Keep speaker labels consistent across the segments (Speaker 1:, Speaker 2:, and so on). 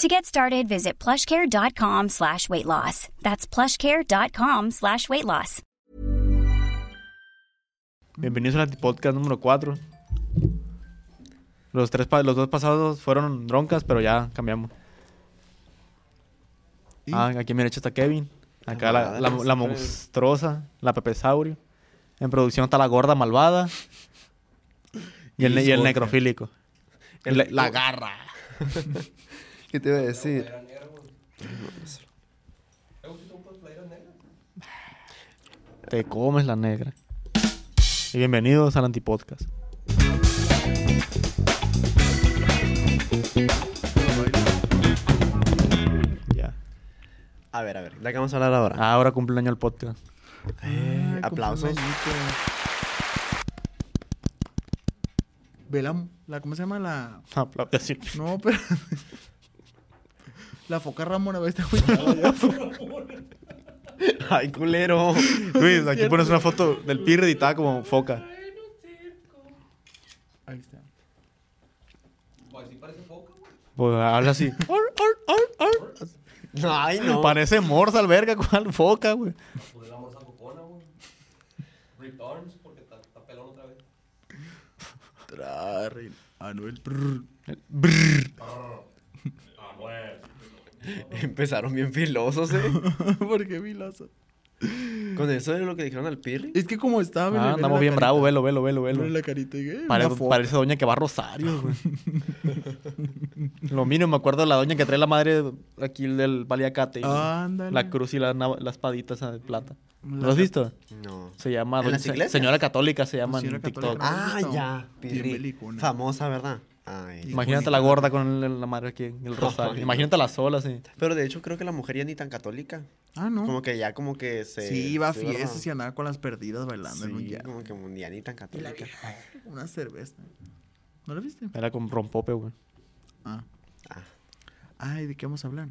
Speaker 1: To get started, visit plushcare.com slash weight loss. That's plushcare.com slash weight loss.
Speaker 2: Bienvenidos al podcast número 4. Los, tres pa- los dos pasados fueron broncas, pero ya cambiamos.
Speaker 3: Y-
Speaker 2: Ah, aquí a mi derecha está Kevin. Acá la, la, la monstruosa, la Pepe Saurio. En producción está la gorda malvada. Y el, ne- y el necrofílico. La- la garra.
Speaker 3: ¿Qué te iba a decir?
Speaker 2: Te comes la negra. Y bienvenidos al Antipodcast. Ya.
Speaker 3: A ver, a ver, ¿de qué vamos a hablar ahora?
Speaker 2: Ahora cumple un año el podcast.
Speaker 3: Eh, aplausos.
Speaker 4: Ve la, la- ¿cómo se llama? La...
Speaker 2: Aplaude así.
Speaker 4: No, pero... la foca Ramona, ve esta güey.
Speaker 3: Ay, culero.
Speaker 2: Luis, aquí pones una foto del pirre editada como foca.
Speaker 4: Ahí está.
Speaker 2: Pues habla así.
Speaker 3: Ay, no.
Speaker 2: Parece morsa al verga, cual foca, güey.
Speaker 3: Trarri.
Speaker 4: Anuel.
Speaker 2: Brrr.
Speaker 3: Empezaron bien filosos, ¿eh?
Speaker 4: ¿Por qué vilazo?
Speaker 3: Con eso de lo que dijeron al Pirri.
Speaker 4: Es que como estaba... vele,
Speaker 2: Ah,
Speaker 4: vele
Speaker 2: andamos
Speaker 4: la
Speaker 2: bien
Speaker 4: carita.
Speaker 2: bravo, velo, velo, velo,
Speaker 4: Vele
Speaker 2: velo.
Speaker 4: la carita. y, eh,
Speaker 2: Pare-
Speaker 4: una foca.
Speaker 2: parece doña que va a Rosario, güey. Lo mínimo, me acuerdo de la doña que trae la madre aquí del paliacate.
Speaker 4: Ah,
Speaker 2: güey.
Speaker 4: Ándale.
Speaker 2: la cruz y la, nava- la espadita esa de plata.
Speaker 4: La- Pues
Speaker 2: ¿Lo has visto?
Speaker 3: No.
Speaker 2: Se llama...
Speaker 3: ¿En
Speaker 2: doña-
Speaker 3: las
Speaker 2: se-
Speaker 3: iglesias?
Speaker 2: señora católica se llama
Speaker 4: Señora
Speaker 2: en TikTok.
Speaker 4: católica.
Speaker 3: Ah,
Speaker 4: Listo.
Speaker 3: ya.
Speaker 4: Bien
Speaker 3: Pirri.
Speaker 4: belicona.
Speaker 3: Famosa, ¿verdad? Ay.
Speaker 2: Imagínate la gorda con el- la madre aquí, en el rosario. Imagínate las olas, sí.
Speaker 3: Pero de hecho creo que la mujer ya ni tan católica.
Speaker 4: Ah, no.
Speaker 3: Como que ya como que se...
Speaker 4: sí, iba a
Speaker 3: ¿verdad?
Speaker 4: fiestas y andaba con las perdidas bailando en un
Speaker 3: Sí,
Speaker 4: yate.
Speaker 3: como que ya ni tan católica.
Speaker 4: Una cerveza. ¿No la viste?
Speaker 2: Era con rompope, güey.
Speaker 4: Ah.
Speaker 3: Ah.
Speaker 4: Ay, ¿de qué vamos a hablar?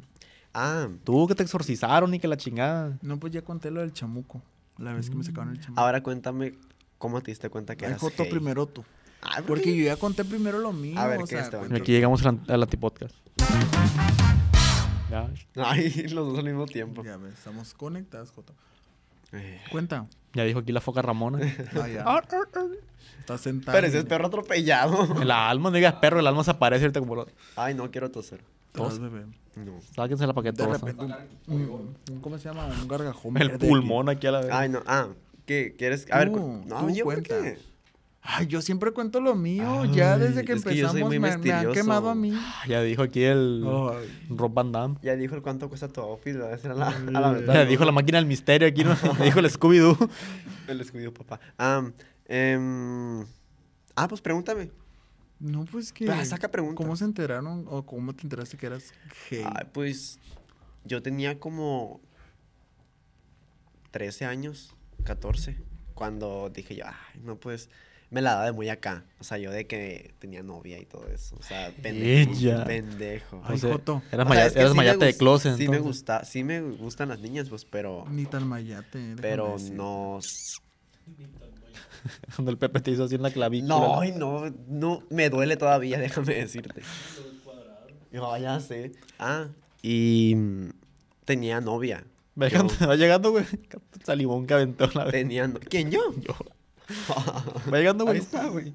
Speaker 3: Ah,
Speaker 2: Tú que te exorcizaron y que la chingada.
Speaker 4: No, pues ya conté lo del chamuco. La vez que me sacaron el chamuco.
Speaker 3: Mm. ahora cuéntame cómo te diste cuenta que
Speaker 4: Ay,
Speaker 3: eras
Speaker 4: Joto
Speaker 3: gay.
Speaker 4: primero tú.
Speaker 3: Ay, ¿por
Speaker 4: Porque
Speaker 3: qué?
Speaker 4: yo ya conté primero lo mío.
Speaker 3: A ver,
Speaker 4: o
Speaker 3: ¿qué
Speaker 4: sea,
Speaker 3: es, Esteban?
Speaker 2: Y
Speaker 4: cuento-
Speaker 2: aquí llegamos al, al antipodcast. Ya,
Speaker 3: Ay, los dos al mismo tiempo.
Speaker 4: Ya ves, estamos conectadas, Joto.
Speaker 3: Eh.
Speaker 4: Cuenta.
Speaker 2: ya dijo aquí la foca Ramona.
Speaker 4: Ah, ya. Está sentado.
Speaker 3: Pareces perro atropellado.
Speaker 2: El alma, no digas perro, el alma se aparece ahorita como lo...
Speaker 3: Ay, no quiero toser.
Speaker 4: Estás, bebé.
Speaker 3: No.
Speaker 2: Sáquensela para que
Speaker 4: De
Speaker 2: tosa.
Speaker 4: repente, un- un- un- ¿cómo se llama? Un gargajón.
Speaker 2: El
Speaker 4: verde
Speaker 2: pulmón aquí a la vez.
Speaker 3: Ay, no. Ah, ¿qué? ¿Quieres? A ver,
Speaker 4: Tú,
Speaker 3: cu- no,
Speaker 4: tú
Speaker 3: yo por
Speaker 4: cuenta.
Speaker 3: qué.
Speaker 4: aquí. Ay, yo siempre cuento lo mío. ya desde que
Speaker 3: es que yo
Speaker 4: empezamos
Speaker 3: soy muy
Speaker 4: me, me han
Speaker 3: misterioso.
Speaker 4: quemado a mí.
Speaker 3: Ah,
Speaker 2: Ya dijo aquí el
Speaker 4: Ay.
Speaker 2: Rob Van Damme.
Speaker 3: Ya dijo el cuánto cuesta tu outfit, ¿verdad? Esa era la, a la verdad.
Speaker 2: Ya dijo la máquina del misterio aquí, ¿no? Ya dijo el Scooby-Doo.
Speaker 3: El escudo, papá. Ah, em, ah, pues pregúntame.
Speaker 4: No, pues que.
Speaker 3: Ah, saca pregunta.
Speaker 4: ¿Cómo se enteraron o cómo te enteraste que eras gay?
Speaker 3: Ay, pues yo tenía como 13 años, 14, cuando dije yo, ay, no, pues
Speaker 5: me la daba de muy acá. O sea, yo de que tenía novia y todo eso. O sea,
Speaker 3: Ella.
Speaker 5: pendejo. pendejo.
Speaker 4: Ay,
Speaker 3: O sea,
Speaker 4: Joto.
Speaker 3: Eras,
Speaker 5: O sea,
Speaker 3: maya-
Speaker 5: es que
Speaker 3: eras
Speaker 5: sí me
Speaker 3: mayate de
Speaker 5: gust-
Speaker 3: closet.
Speaker 5: Sí me,
Speaker 3: entonces.
Speaker 5: gusta, sí me gustan las niñas, pues, pero...
Speaker 4: Ni tan mayate. déjame
Speaker 5: Pero
Speaker 4: decirte.
Speaker 5: no...
Speaker 3: Cuando el Pepe te hizo así en la clavícula.
Speaker 5: No, ay, no, no, me duele todavía, déjame decirte. No, ya sé. Ah, y mm, tenía novia.
Speaker 3: Va
Speaker 5: Yo
Speaker 3: llegando, va llegando, güey. Salivón que aventó la vez.
Speaker 5: Tenía no- ¿Quién, yo? Yo.
Speaker 3: Va llegando,
Speaker 5: Ahí
Speaker 3: güey.
Speaker 5: está, güey.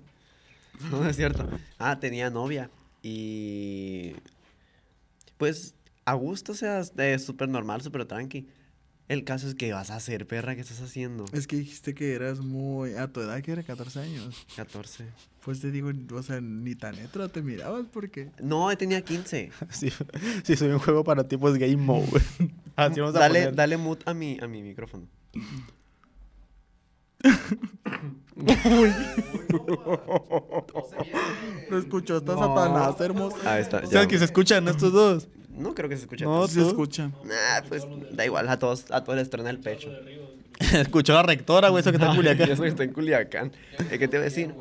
Speaker 5: No, no es cierto. Ah, tenía novia. Y. Pues, a gusto, o sea, eh, súper normal, súper tranqui. El caso es que vas a hacer, perra, ¿qué estás haciendo?
Speaker 4: Es que dijiste que eras muy. A tu edad, que era 14 años.
Speaker 5: 14.
Speaker 4: Pues te digo, o sea, ni tan hetero te mirabas porque.
Speaker 5: No, eh, tenía 15.
Speaker 3: Si si soy un juego para ti, pues game mode, güey. Así vamos a
Speaker 5: Dale,
Speaker 3: poner.
Speaker 5: dale mute a mi, a mi micrófono.
Speaker 4: Lo escuchó hasta Satanás, hermoso.
Speaker 5: Ahí Ah, está.
Speaker 3: ¿Sabes
Speaker 5: ya.
Speaker 3: que se escuchan estos dos?
Speaker 5: No creo que se escuche.
Speaker 3: No,
Speaker 5: No,
Speaker 4: Se escucha.
Speaker 5: nah, pues da igual, a todos, a todos les truena el pecho.
Speaker 3: Escuchó la rectora, güey, eso que está en Culiacán.
Speaker 5: Eso que está en Culiacán. Eh, ¿Qué te iba a decir?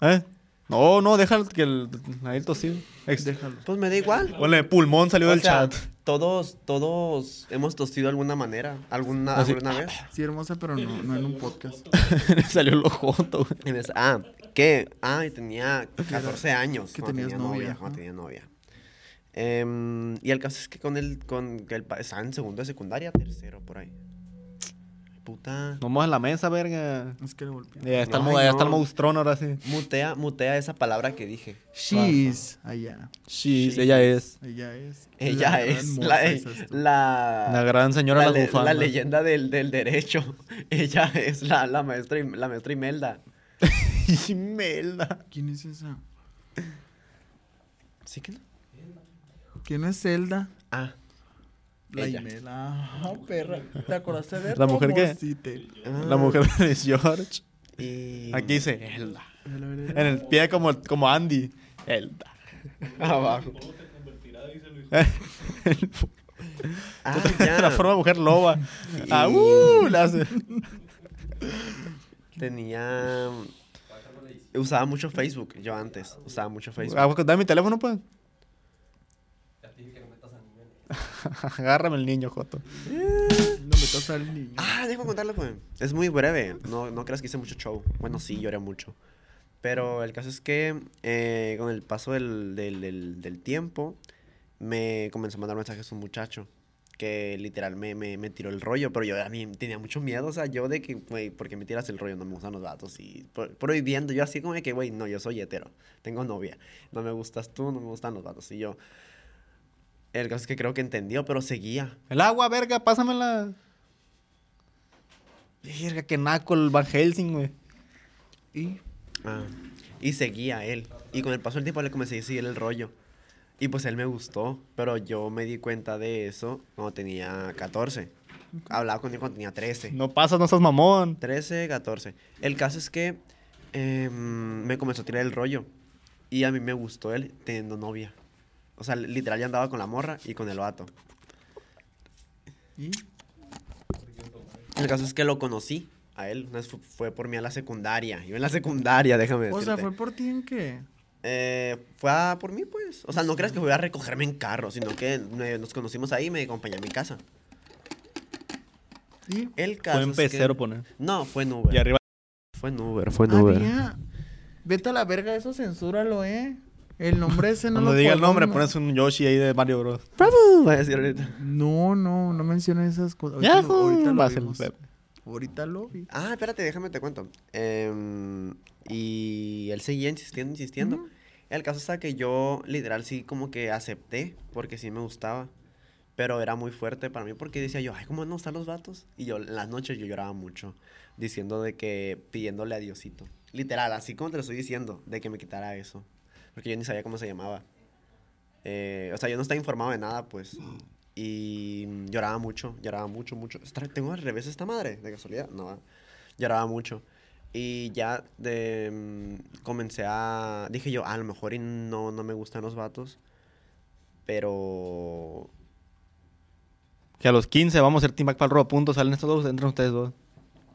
Speaker 3: ¿Eh? No, no, deja que el, ahí el tosido. Ex-
Speaker 5: Pues me da igual.
Speaker 3: Ponle, pulmón salió
Speaker 5: O
Speaker 3: del
Speaker 5: sea,
Speaker 3: chat.
Speaker 5: Todos, todos hemos tosido de alguna manera, alguna,
Speaker 3: Así.
Speaker 5: alguna vez.
Speaker 4: Sí, hermosa, pero no, no en un podcast.
Speaker 3: salió el ojoto, güey.
Speaker 5: Y me dice, ah, ¿qué? Ah, y tenía 14 años.
Speaker 4: que
Speaker 5: cuando
Speaker 4: tenías
Speaker 5: tenía
Speaker 4: novia,
Speaker 5: cuando
Speaker 4: ajá.
Speaker 5: tenía novia. Em, y el caso es que con el, con el, pa- estaba en segundo de secundaria, tercero, por ahí. Puta.
Speaker 3: No en la mesa,
Speaker 5: ah.
Speaker 3: verga.
Speaker 4: Es que le golpeé.
Speaker 3: Ya está, el,
Speaker 5: Ay,
Speaker 3: mo- ya está el
Speaker 5: no.
Speaker 3: monstruón ahora sí.
Speaker 5: Mutea, mutea esa palabra que dije.
Speaker 4: She's. Allá.
Speaker 3: Sí, ella es.
Speaker 4: Ella es.
Speaker 5: Ella
Speaker 4: la gran
Speaker 5: es
Speaker 4: moza
Speaker 5: la, e,
Speaker 4: esa es tú.
Speaker 5: la,
Speaker 3: La gran señora
Speaker 5: la,
Speaker 3: de las
Speaker 5: le-
Speaker 3: bufandas.
Speaker 5: leyenda del, del derecho. Ella es la, la maestra, Im- la maestra Imelda.
Speaker 3: Imelda.
Speaker 4: ¿Quién es esa?
Speaker 5: ¿Sí que no?
Speaker 4: ¿Quién es Zelda?
Speaker 5: Ah,
Speaker 4: La
Speaker 5: Ella.
Speaker 4: Imela. Ah, perra. ¿Te acordaste de
Speaker 3: ¿La mujer qué?
Speaker 4: Rosite?
Speaker 3: La mujer de George.
Speaker 5: Ah, y
Speaker 3: Aquí dice Elda. En el pie como, como Andy. Elda.
Speaker 5: abajo. Ah,
Speaker 3: La
Speaker 5: ya.
Speaker 3: forma de mujer loba. Ah, uh, la hace.
Speaker 5: Tenía. Usaba mucho Facebook yo antes. Usaba mucho Facebook.
Speaker 3: Ah, güey, Dame mi teléfono, pues. Agárrame el niño, Joto.
Speaker 4: No metas al niño.
Speaker 5: Ah, déjame contarlo, pues. Es muy breve. No, no creas que hice mucho show. Bueno, sí, lloré mucho. Pero el caso es que eh, con el paso del, del- del- del tiempo, me comenzó a mandar mensajes un muchacho que literal me, me, me tiró el rollo, pero yo a mí tenía mucho miedo, o sea, yo de que, güey, ¿por qué me tiras el rollo? No me gustan los datos y pro- prohibiendo, yo así como de que, güey, no, yo soy hetero, tengo novia, no me gustas tú, no me gustan los datos y yo, el caso es que creo que entendió, pero seguía,
Speaker 3: El agua, verga, pásamela. Verga, que naco el Van Helsing, güey.
Speaker 4: Y
Speaker 5: Ah, Y seguía a él. Y con el paso del tiempo le comencé a seguir el rollo. Y pues él me gustó, pero yo me di cuenta de eso cuando tenía 14. Hablaba con él cuando tenía 13.
Speaker 3: No pasas, no seas mamón.
Speaker 5: 13, 14. El caso es que em, me comenzó a tirar el rollo. Y a mí me gustó él teniendo novia. O sea, literal, yo andaba con la morra y con el vato.
Speaker 4: ¿Y?
Speaker 5: El caso es que lo conocí a él. Una vez fu- fue por mí a la secundaria. Yo en la secundaria, déjame decirte.
Speaker 4: O sea, ¿fue por ti en qué?
Speaker 5: Eh, fue a por mí, pues. O sea, no creas que voy a recogerme en carro, sino que me- nos conocimos ahí y me acompañó a mi casa.
Speaker 4: ¿Y?
Speaker 5: El caso
Speaker 3: Fue en
Speaker 5: es que-
Speaker 3: pecero poner.
Speaker 5: No, fue en
Speaker 3: Y
Speaker 5: Uber.
Speaker 3: arriba.
Speaker 5: Fue en Uber, fue en
Speaker 4: Ah,
Speaker 5: Uber.
Speaker 4: Había. Vete a la verga, eso censúralo, ¿eh? El nombre ese no
Speaker 3: Cuando
Speaker 4: lo
Speaker 3: diga el
Speaker 4: podemos-
Speaker 3: nombre, pones un Yoshi ahí de Mario Bros.
Speaker 5: Bravo, voy a decir ahorita.
Speaker 4: No, no, no menciones esas cosas.
Speaker 3: Ya,
Speaker 4: Ahorita, lo- ahorita
Speaker 3: va
Speaker 4: lo
Speaker 3: a ser el
Speaker 4: vimos.
Speaker 3: Pepe.
Speaker 4: Ahorita lo vi.
Speaker 5: Ah, espérate, déjame te cuento. Em, y él seguía insistiendo, insistiendo. El caso está que yo, literal, sí como que acepté, porque sí me gustaba. Pero era muy fuerte para mí porque decía yo, ay, ¿cómo no están los vatos? Y yo, en las noches yo lloraba mucho, diciendo de que, pidiéndole a Diosito. Literal, así como te lo estoy diciendo, de que me quitara eso. Porque yo ni sabía cómo se llamaba. Eh, o sea, yo no estaba informado de nada, pues. Y mm, lloraba mucho, lloraba mucho, mucho. Estra- ¿Tengo al revés esta madre? ¿De casualidad? No, ¿verdad? lloraba mucho. Y ya de, mm, comencé a... Dije yo, "Ah, a lo mejor y no, no me gustan los vatos, pero...
Speaker 3: Que a los 15 vamos a hacer Team Back para el robo. Punto, salen estos dos, entran ustedes dos.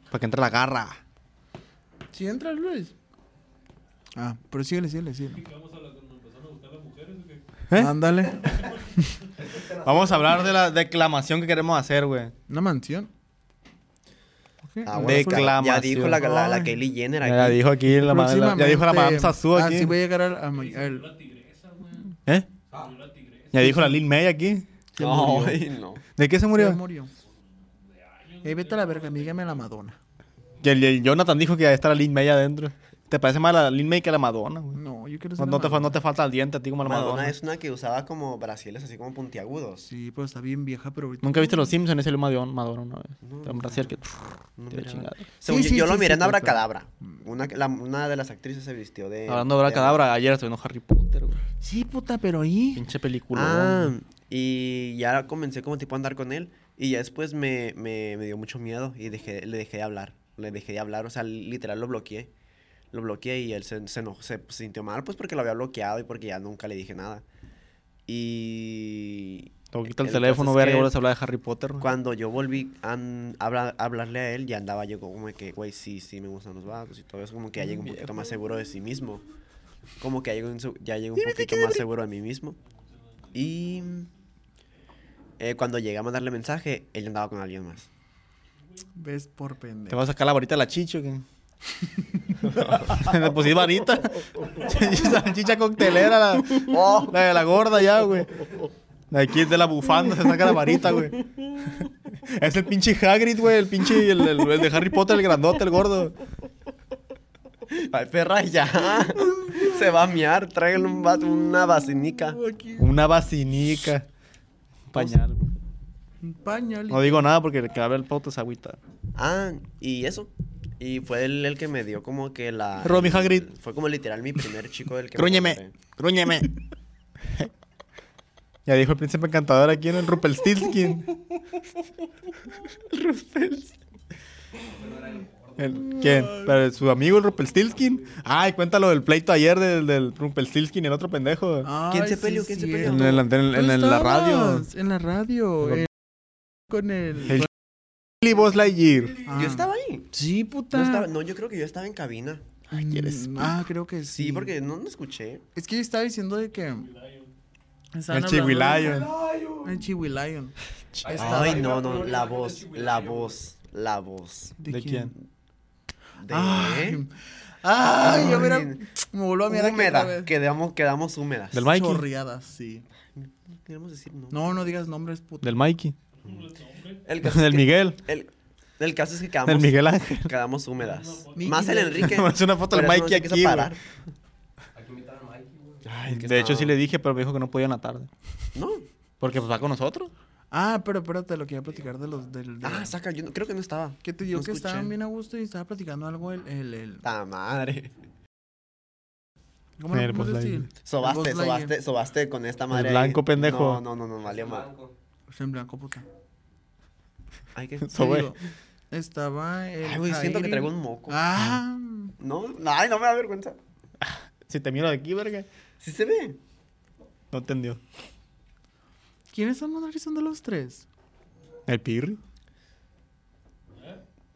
Speaker 3: Para que entre la garra.
Speaker 4: Si entras, Luis. Ah, pero síguele, síguele, síguele.
Speaker 3: ¿Eh?
Speaker 4: Ándale.
Speaker 3: Vamos a hablar de la declamación que queremos hacer, güey.
Speaker 4: Una mansión. Ok.
Speaker 5: Ah, bueno, fue la- Ya dijo la, la, la
Speaker 4: Ay.
Speaker 5: Kylie Jenner aquí.
Speaker 3: Ya dijo aquí la madre. la- Ya dijo la madame
Speaker 4: Próximamente-
Speaker 3: Sassou
Speaker 4: Ah,
Speaker 3: aquí.
Speaker 4: sí, voy a llegar al- a ma- al-
Speaker 3: ¿Eh? Ya dijo la Lil May aquí.
Speaker 5: No, ay, no.
Speaker 3: ¿De qué se
Speaker 4: murió.
Speaker 3: murió?
Speaker 4: murió. Eh, vete a la verga, dígame la Madonna.
Speaker 3: Y el, el Jonathan dijo que ya está la Lin May adentro. ¿Te parece más la Lin May que la Madonna, güey?
Speaker 4: No, yo quiero
Speaker 3: No,
Speaker 4: ser
Speaker 3: no
Speaker 4: la
Speaker 3: te, fa-
Speaker 4: Madonna.
Speaker 3: no te falta el diente a ti como la
Speaker 5: Madonna,
Speaker 3: Madonna.
Speaker 5: es una que usaba como brasiles así como puntiagudos.
Speaker 4: Sí, pero está bien vieja, pero ahorita...
Speaker 3: Nunca viste Los Simpsons, ese lo Madonna, Madonna una vez. Te va a hacer que... te la chingada.
Speaker 5: Según
Speaker 4: Sí,
Speaker 5: yo,
Speaker 4: sí,
Speaker 5: yo
Speaker 4: sí,
Speaker 5: lo
Speaker 4: sí,
Speaker 5: miré en
Speaker 4: pero-
Speaker 5: Abracadabra. Una, que- la- una de las actrices se vistió de.
Speaker 3: Hablando de la
Speaker 5: de-
Speaker 3: cadabra, ayer estoy viendo Harry Potter, güey.
Speaker 4: Sí, puta, pero ahí...
Speaker 3: Pinche película.
Speaker 5: Ah, y ya comencé como tipo a andar con él. Y ya después me, me, me dio mucho miedo y dejé, le dejé de hablar. Le dejé de hablar, o sea, literal lo bloqueé. Lo bloqueé y él se, se enojó, se sintió mal, pues porque lo había bloqueado y porque ya nunca le dije nada. Y.
Speaker 3: Tengo que quitar el,
Speaker 5: caso
Speaker 3: teléfono,
Speaker 5: es
Speaker 3: verga,
Speaker 5: que
Speaker 3: vuelves a hablar de Harry Potter. güey.
Speaker 5: Cuando yo volví a n- habla- hablarle a él, ya andaba yo como de que, güey, sí, sí, me gustan los vatos y todo eso, como que ya llegué
Speaker 4: Mm,
Speaker 5: un poquito más seguro de sí mismo. Como que ya llegué un, se- ya llegué un poquito más seguro de mí mismo. Y eh, cuando llegué a mandarle mensaje, él andaba con alguien más.
Speaker 4: Ves por
Speaker 3: ¿Te
Speaker 4: pendejo.
Speaker 3: vas a sacar la varita de la chicha o qué? Le pusiste varita. Esa chicha coctelera, la,
Speaker 5: Oh.
Speaker 3: la de la gorda ya, güey. La de aquí es de la bufanda, se saca la varita, güey. Es el pinche Hagrid, güey. El pinche, el, el- el de Harry Potter, el grandote, el gordo.
Speaker 5: Ay, perra, ya. Se va a miar, tráigale un vato- una vacinica.
Speaker 3: Una vacinica. Pañal, güey.
Speaker 4: Un pañal.
Speaker 3: No digo nada porque el que abre el poto es agüita.
Speaker 5: Ah, y eso. Y fue él el que me dio como que la...
Speaker 3: Romy Hagrid.
Speaker 5: Fue como literal mi primer chico del que... me
Speaker 3: Grúñeme,
Speaker 5: enamoré.
Speaker 3: grúñeme. ya dijo el príncipe encantador aquí en el Rumpelstiltskin. El- ¿Quién? Pero ¿Su amigo el Rumpelstiltskin? Ay, cuéntalo del pleito ayer del, del Rumpelstiltskin y el otro pendejo.
Speaker 4: Ay,
Speaker 5: ¿Quién se
Speaker 4: Ah, sí,
Speaker 5: peleó? ¿Quién se peleó?
Speaker 3: en
Speaker 4: cierto.
Speaker 3: el- en el- en
Speaker 4: ¿Dónde
Speaker 3: el- la radio.
Speaker 4: estabas? En la radio.
Speaker 3: Con-
Speaker 4: eh, Con el...
Speaker 3: El y Buzz Lightyear.
Speaker 4: Ah.
Speaker 5: Yo estaba ahí.
Speaker 4: Sí,
Speaker 5: No,
Speaker 4: puta.
Speaker 5: estaba- no, yo creo que yo estaba en cabina.
Speaker 4: Ay,
Speaker 3: eres
Speaker 4: Ah, creo que sí.
Speaker 5: Sí, porque no, no escuché.
Speaker 4: Es que yo estaba diciendo de que...
Speaker 3: El
Speaker 4: Estaban hablando de-
Speaker 3: Chihuilayon.
Speaker 4: El Chihuilayon.
Speaker 5: Ay, no, no, la voz, la voz, la voz.
Speaker 3: ¿De quién?
Speaker 5: De...
Speaker 4: Ay, ay, yo mira,
Speaker 5: ¿Eh? Ay.
Speaker 4: me voló a mirar aquí otra
Speaker 5: Húmeda,
Speaker 4: vez.
Speaker 5: quedamos, quedamos húmedas.
Speaker 3: Del Mikey.
Speaker 4: Chorreadas, sí.
Speaker 5: Queremos decir no.
Speaker 4: No, no digas nombres, puta.
Speaker 3: Del Mikey.
Speaker 5: El
Speaker 4: Este,
Speaker 5: caso es
Speaker 3: Del
Speaker 5: que-
Speaker 3: Miguel.
Speaker 5: El, el caso es que quedamos,
Speaker 3: Del Miguel Ángel.
Speaker 5: quedamos húmedas.
Speaker 4: Mi-
Speaker 5: Más el Enrique.
Speaker 3: Me hace una foto del
Speaker 5: Por eso
Speaker 3: Mikey
Speaker 5: se quiso
Speaker 3: aquí, güey.
Speaker 5: parar. Ay, que
Speaker 3: De hecho,
Speaker 5: estaba-
Speaker 3: sí le dije, pero me dijo que no podía en la tarde.
Speaker 5: No.
Speaker 3: Porque pues va con nosotros.
Speaker 4: Ah, pero espérate, lo que iba a platicar de los del. de-
Speaker 5: Ah, saca, yo no- creo que no estaba.
Speaker 4: que te digo
Speaker 5: no
Speaker 4: que
Speaker 5: escuché.
Speaker 4: estaban bien a gusto y estaba platicando algo el. el, el-
Speaker 5: ¡Ta madre!
Speaker 4: ¿Cómo lo
Speaker 3: El
Speaker 4: podemos
Speaker 3: Buzz
Speaker 4: decir?
Speaker 5: Sobaste,
Speaker 4: Buzz Lightyear.
Speaker 5: sobaste, sobaste con esta madre. ahí.
Speaker 3: blanco, pendejo.
Speaker 5: No, no, no, no, valió mal.
Speaker 4: Está Pues En blanco, puta.
Speaker 5: Ay, que.
Speaker 4: Te
Speaker 3: Sobe.
Speaker 4: digo, Estaba. El
Speaker 5: Ay, güey, siento que
Speaker 4: Jairi-
Speaker 5: traigo un moco.
Speaker 4: Ah,
Speaker 5: No, no, ay, no me da vergüenza.
Speaker 3: Si te miro de aquí, verga.
Speaker 5: Sí se ve.
Speaker 3: No entendió.
Speaker 4: ¿quiénes son los que son de los tres?
Speaker 3: ¿El Pirri?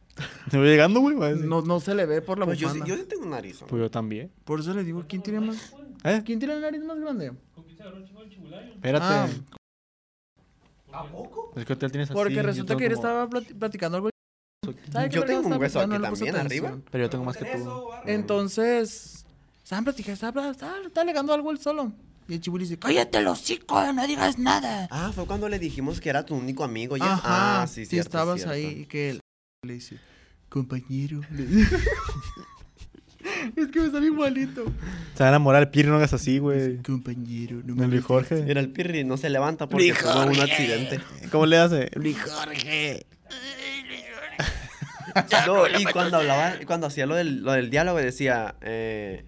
Speaker 3: ¿Se va llegando, güey? Va a decir.
Speaker 4: No, no se le ve por la
Speaker 5: Pues yo, sí,
Speaker 4: bufanda.
Speaker 5: yo sí tengo un nariz.
Speaker 3: Pues yo también.
Speaker 4: Por eso le digo, ¿quién tiene más?
Speaker 3: ¿Eh?
Speaker 4: ¿Quién tiene el nariz más grande?
Speaker 3: Espérate.
Speaker 4: Ah.
Speaker 3: Es que tú tienes así.
Speaker 4: Porque
Speaker 3: yo
Speaker 4: resulta
Speaker 3: tengo
Speaker 4: que él
Speaker 3: como-
Speaker 4: estaba plati- platicando algo. ¿Sabe qué verga
Speaker 5: Yo tengo un
Speaker 4: estaba
Speaker 5: hueso
Speaker 4: platicando?
Speaker 5: aquí
Speaker 4: No le puse
Speaker 5: también,
Speaker 4: atención.
Speaker 5: arriba.
Speaker 3: Pero yo tengo más que tú.
Speaker 4: Entonces, estaban platicando, estaba, estaba, estaba alegando algo él solo. Y el chibuli dice, cállate los hocico, no digas nada.
Speaker 5: Ah, fue cuando le dijimos que era tu único amigo. Jess.
Speaker 4: Ajá,
Speaker 5: ah,
Speaker 4: sí,
Speaker 5: sí, cierto,
Speaker 4: estabas
Speaker 5: cierto.
Speaker 4: ahí y que él le dice, compañero. le- es que me sale igualito.
Speaker 3: Se va a enamorar el Pirri, no hagas así, güey.
Speaker 4: Compañero, no me
Speaker 3: El Luis Jorge.
Speaker 5: Mira, el Pirri no se levanta porque tuvo un accidente.
Speaker 3: ¿Cómo le hace?
Speaker 5: No, y cuando hablaba, cuando hacía lo del, lo del diálogo, decía, eh,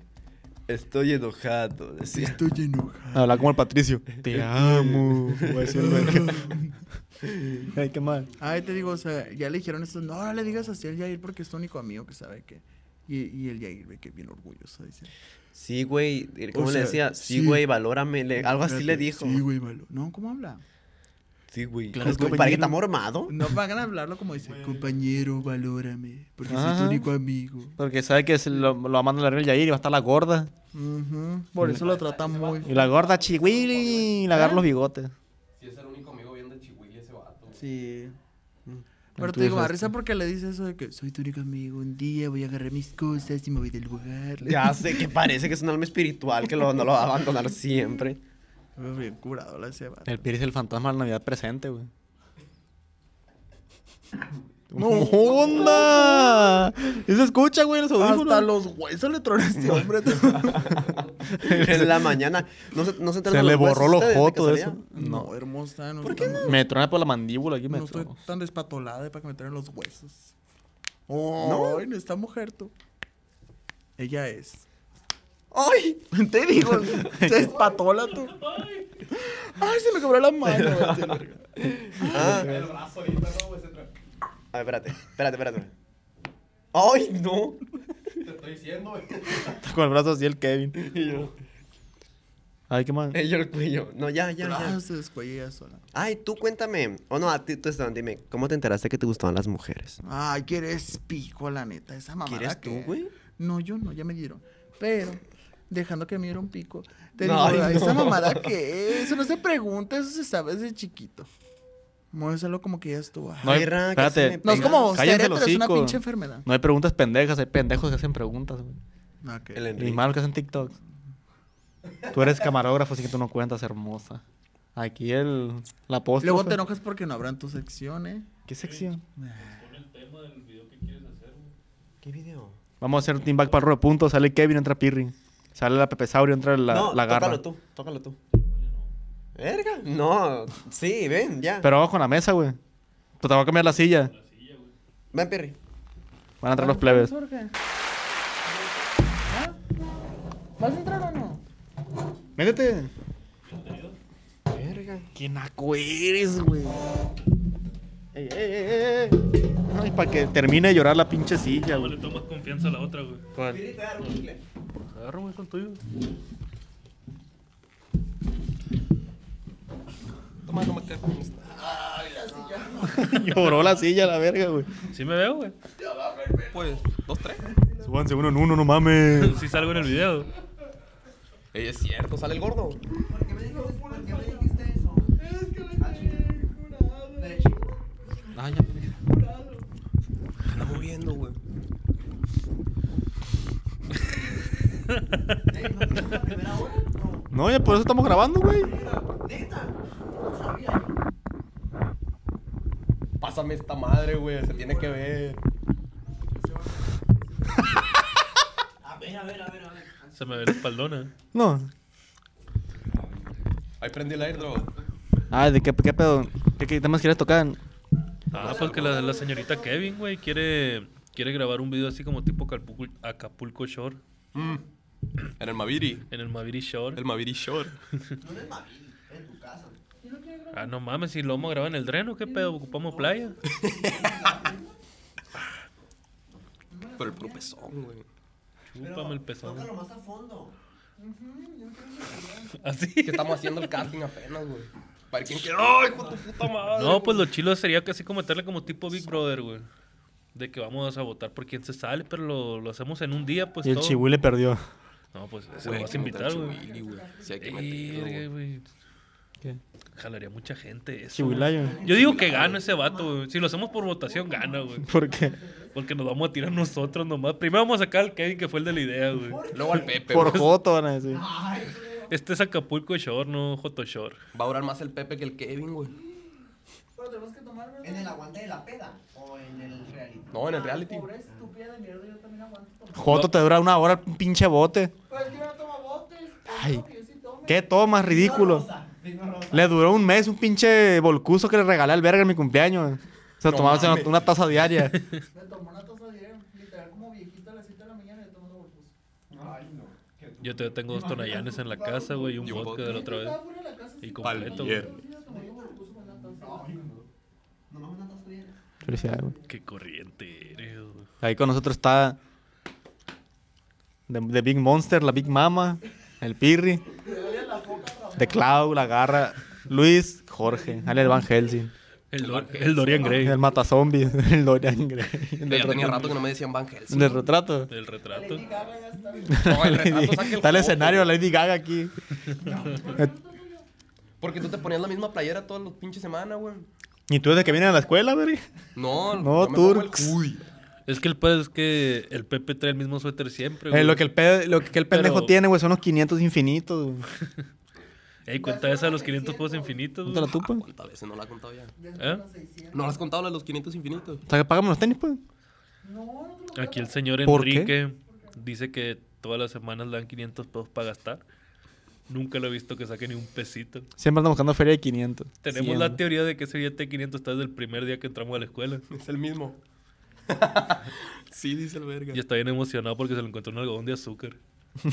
Speaker 5: estoy enojado. Decía,
Speaker 4: Estoy enojado.
Speaker 3: Habla como el Patricio. Te amo. Voy a decir, güey. Ay, qué mal.
Speaker 4: Ay, te digo, o sea, ya le dijeron esto, no, no le digas así al Yair porque es tu único amigo que sabe que... Y, y el Yair ve que bien orgulloso, dice.
Speaker 5: sí, güey. ¿Cómo
Speaker 4: O sea,
Speaker 5: le decía? Sí,
Speaker 4: sí.
Speaker 5: güey, valórame. le- algo así le
Speaker 4: Espérate,
Speaker 5: dijo.
Speaker 4: Sí, güey, valo. No, ¿cómo habla?
Speaker 5: Sí, güey.
Speaker 4: Claro,
Speaker 5: Claro, güey.
Speaker 3: compañero.
Speaker 5: ¿Para qué está mormado?
Speaker 4: No van a hablarlo como dice. Compañero, valórame. Porque soy tu
Speaker 3: Ajá.
Speaker 4: único amigo.
Speaker 3: Porque sabe que se lo, lo va a mandar a la Yair y va a estar la gorda. Mm.
Speaker 4: Ujú, Por eso lo ¿Eh? tratan muy.
Speaker 3: Y la gorda chihuili y le agarra los bigotes.
Speaker 4: Sí.
Speaker 3: Pero
Speaker 4: Pero
Speaker 3: tú
Speaker 4: te digo, me da
Speaker 3: dijiste.
Speaker 4: risa porque le dice eso de que soy tu único amigo. Un día voy a agarrar mis cosas y me voy del lugar.
Speaker 5: Ya sé que parece que es un alma espiritual que lo, no lo va a abandonar siempre.
Speaker 4: Me bien curado la semana.
Speaker 3: El Piri es el fantasma de la Navidad presente, güey. ¡No! ¡Onda! Y se escucha, güey, en los
Speaker 4: Hasta
Speaker 3: audífonos.
Speaker 4: los huesos le tronó a este hombre.
Speaker 5: en la mañana. No se, no se,
Speaker 3: Se le borró los fotos
Speaker 5: fotos
Speaker 3: de eso.
Speaker 4: no, hermosa. No ¿Por qué no?
Speaker 3: Me trona por la mandíbula aquí, me
Speaker 4: No estoy
Speaker 3: trona.
Speaker 4: tan despatolada para que me traen los huesos. Oh, no, no está mujer tú. Ella es. ¡Ay! Te digo, se despatola tú. ¡Ay, se me quebró la mano! vete, verga.
Speaker 5: A ver, espérate, espérate, espérate. ¡Ay, no!
Speaker 3: Con el brazo así el Kevin. Ay, qué mal.
Speaker 5: Eh, Yo el cuello. No, ya, ya,
Speaker 4: Ah,
Speaker 5: ya.
Speaker 4: se descuella ella sola.
Speaker 5: Ay, tú cuéntame. O no, a ti, tú, Esteban, dime, ¿cómo te enteraste que te gustaban las mujeres?
Speaker 4: Ay, que eres pico, la neta, esa mamada.
Speaker 5: ¿Quieres tú,
Speaker 4: que-
Speaker 5: güey?
Speaker 4: No, yo no, ya me dieron. Pero, dejando que me dieron pico, te
Speaker 5: No,
Speaker 4: digo,
Speaker 5: ay,
Speaker 4: esa
Speaker 5: no.
Speaker 4: mamada que eso no se pregunta, eso se sabe desde chiquito. Muévelo como que ya estuvo.
Speaker 3: No, hay-
Speaker 5: Perra, que se me
Speaker 3: espérate.
Speaker 5: pega.
Speaker 4: No es como ser
Speaker 3: Cállense el
Speaker 4: hétero, es una
Speaker 3: hocico.
Speaker 4: pinche enfermedad.
Speaker 3: No hay preguntas pendejas, hay pendejos que hacen preguntas, güey.
Speaker 4: Ok.
Speaker 5: El
Speaker 3: Y
Speaker 5: Enrique.
Speaker 3: malos que hacen TikToks. Tú eres camarógrafo, así que tú no cuentas, hermosa. Aquí el... La posta.
Speaker 4: Luego te enojas porque no habrán tus secciones.
Speaker 3: ¿Qué sección?
Speaker 5: ¿Qué video?
Speaker 3: Vamos a hacer un team back para el robo de puntos. Sale Kevin, entra Pirri. Sale la Pepe Saurio, entra la,
Speaker 5: no,
Speaker 3: la garra.
Speaker 5: tócalo tú, tócalo tú. ¿Verga? No, sí, ven, ya.
Speaker 3: Pero vamos con la mesa, güey. Pues te voy a cambiar la silla.
Speaker 5: Ven, Perry.
Speaker 3: Van a entrar ¿Ah? los plebes.
Speaker 4: ¿Vas a entrar o no?
Speaker 3: Métete.
Speaker 5: Verga.
Speaker 3: Qué naco eres, güey. Ey, ey, ey, ey. Ay, para que termine de llorar la pinche silla,
Speaker 2: le
Speaker 3: güey.
Speaker 2: tomas confianza a la otra, güey.
Speaker 3: ¿Cuál?
Speaker 2: Agarra, güey, son tuyos.
Speaker 5: Toma, toma, te-
Speaker 3: Lloró la silla, la verga, güey.
Speaker 2: Sí me veo, güey.
Speaker 6: Pues, dos, tres.
Speaker 3: Súbanse uno en uno, no mames.
Speaker 2: Sí salgo en el video.
Speaker 6: Ey, es cierto, sale el gordo. Ah, ya. Anda moviendo, güey.
Speaker 3: No, ya por eso estamos grabando, güey.
Speaker 6: Pásame esta madre, güey. Se tiene que ver.
Speaker 2: Se me ve la espaldona.
Speaker 3: No.
Speaker 6: Ahí prendí el airdrop.
Speaker 3: Ay, ¿de qué, qué pedo? ¿Qué, qué temas quieres tocar?
Speaker 2: Ah, porque la, la señorita Kevin, güey, quiere, quiere grabar un video así como tipo Acapulco, Acapulco Shore.
Speaker 6: En el Maviri.
Speaker 2: En el Maviri Shore.
Speaker 6: El Maviri Shore.
Speaker 2: Ah, no mames, si lo vamos a grabar en el dreno, ¿qué pedo? ¿Ocupamos playa?
Speaker 6: Pero el puro pezón, güey.
Speaker 2: Chúpame el pezón. más a Ah, fondo. Así.
Speaker 6: Que estamos haciendo el casting apenas, güey. Para quien quiera. ¡Ay, con tu puta madre!
Speaker 2: No, pues lo chilo sería que así como meterle como tipo Big Brother, güey. De que vamos a votar por quien se sale, pero lo, lo hacemos en un día, pues
Speaker 3: Y el
Speaker 2: todo.
Speaker 3: chihuile perdió.
Speaker 2: No, pues se lo
Speaker 6: Güey,
Speaker 2: vas a
Speaker 6: hay que meter
Speaker 2: invitar,
Speaker 6: al
Speaker 2: güey.
Speaker 6: Chihuili, güey. Sí, hay que meterlo,
Speaker 2: Verga,
Speaker 6: güey.
Speaker 2: güey.
Speaker 3: ¿Qué?
Speaker 2: Jalaría mucha gente eso. güey.
Speaker 3: Chihuilayo.
Speaker 2: Yo digo que gana ese vato, güey. Si lo hacemos por votación, gana, güey.
Speaker 3: ¿Por qué?
Speaker 2: Porque nos vamos a tirar nosotros nomás. Primero vamos a sacar al Kevin, que fue el de la idea, güey.
Speaker 6: Luego al Pepe.
Speaker 3: Por
Speaker 6: güey.
Speaker 3: foto van a decir.
Speaker 2: Este es Acapulco Shore, no Joto Shore.
Speaker 6: Va a durar más el Pepe que el Kevin, güey.
Speaker 5: ¿En el aguante de la peda o en el reality?
Speaker 6: No, en el reality.
Speaker 3: Joto te dura una hora un pinche bote. Ay, qué tomas, ridículo. Le duró un mes un pinche volcuso que le regalé al verga en mi cumpleaños. Se
Speaker 6: No
Speaker 3: tomaba una-
Speaker 6: mames.
Speaker 3: una taza diaria.
Speaker 4: Me tomó una taza de literal como viejito a las 7 de la mañana y yo tomando bolsos.
Speaker 2: Yo todavía tengo dos tonallanes en la casa, güey, y un
Speaker 6: Y un
Speaker 2: vodka
Speaker 6: vodka.
Speaker 2: de la otra vez.
Speaker 4: Fuera de la casa,
Speaker 2: Y completo, güey.
Speaker 6: Palmier.
Speaker 3: Felicidades, güey.
Speaker 2: Qué corriente eres, güey.
Speaker 3: Ahí con nosotros está The, The Big Monster, la Big Mama, el Pirri, The Cloud, la Garra, Luis Jorge, Ale el Van Helsing.
Speaker 2: El, Dor- el Dorian Gray.
Speaker 3: El mata zombies, el Dorian Grey.
Speaker 5: Ya tenía rato que no me decían Van Helsing.
Speaker 3: Del retrato.
Speaker 2: El retrato.
Speaker 5: No, el retrato saca el
Speaker 3: Está el
Speaker 5: jugo,
Speaker 3: escenario,
Speaker 5: güey.
Speaker 3: Lady Gaga aquí.
Speaker 5: Porque tú te ponías la misma playera todas las pinches semanas, güey.
Speaker 3: ¿Y tú desde que vienes a la escuela, Berry?
Speaker 5: No,
Speaker 3: No,
Speaker 5: yo me pongo el
Speaker 3: Turks.
Speaker 5: cu-
Speaker 2: Es que el pedo es que el Pepe trae el mismo suéter siempre, güey.
Speaker 3: Eh, lo, que el pe- lo que el pendejo
Speaker 2: Pero-
Speaker 3: tiene, güey, son los 500 infinitos. güey.
Speaker 2: Ey, cuenta esa de los 500 pesos infinitos,
Speaker 3: ¿No te la
Speaker 2: güey.
Speaker 3: tupa? O
Speaker 5: ¿Cuántas veces no la he contado ya?
Speaker 2: ¿Eh?
Speaker 5: ¿No la has contado la de los 500 infinitos?
Speaker 3: sea, que pagamos los tenis, pues.
Speaker 2: Aquí el señor
Speaker 3: ¿Por qué?
Speaker 2: Enrique dice que todas las semanas le dan 500 pesos para gastar. Nunca lo he visto que saque ni un pesito.
Speaker 3: Siempre ando buscando feria de 500.
Speaker 2: Tenemos
Speaker 3: Siempre.
Speaker 2: la teoría de que ese billete de 500 está desde el primer día que entramos a la escuela.
Speaker 5: Es el mismo. sí, dice el verga.
Speaker 2: Y está bien emocionado porque se lo encontró un algodón de azúcar.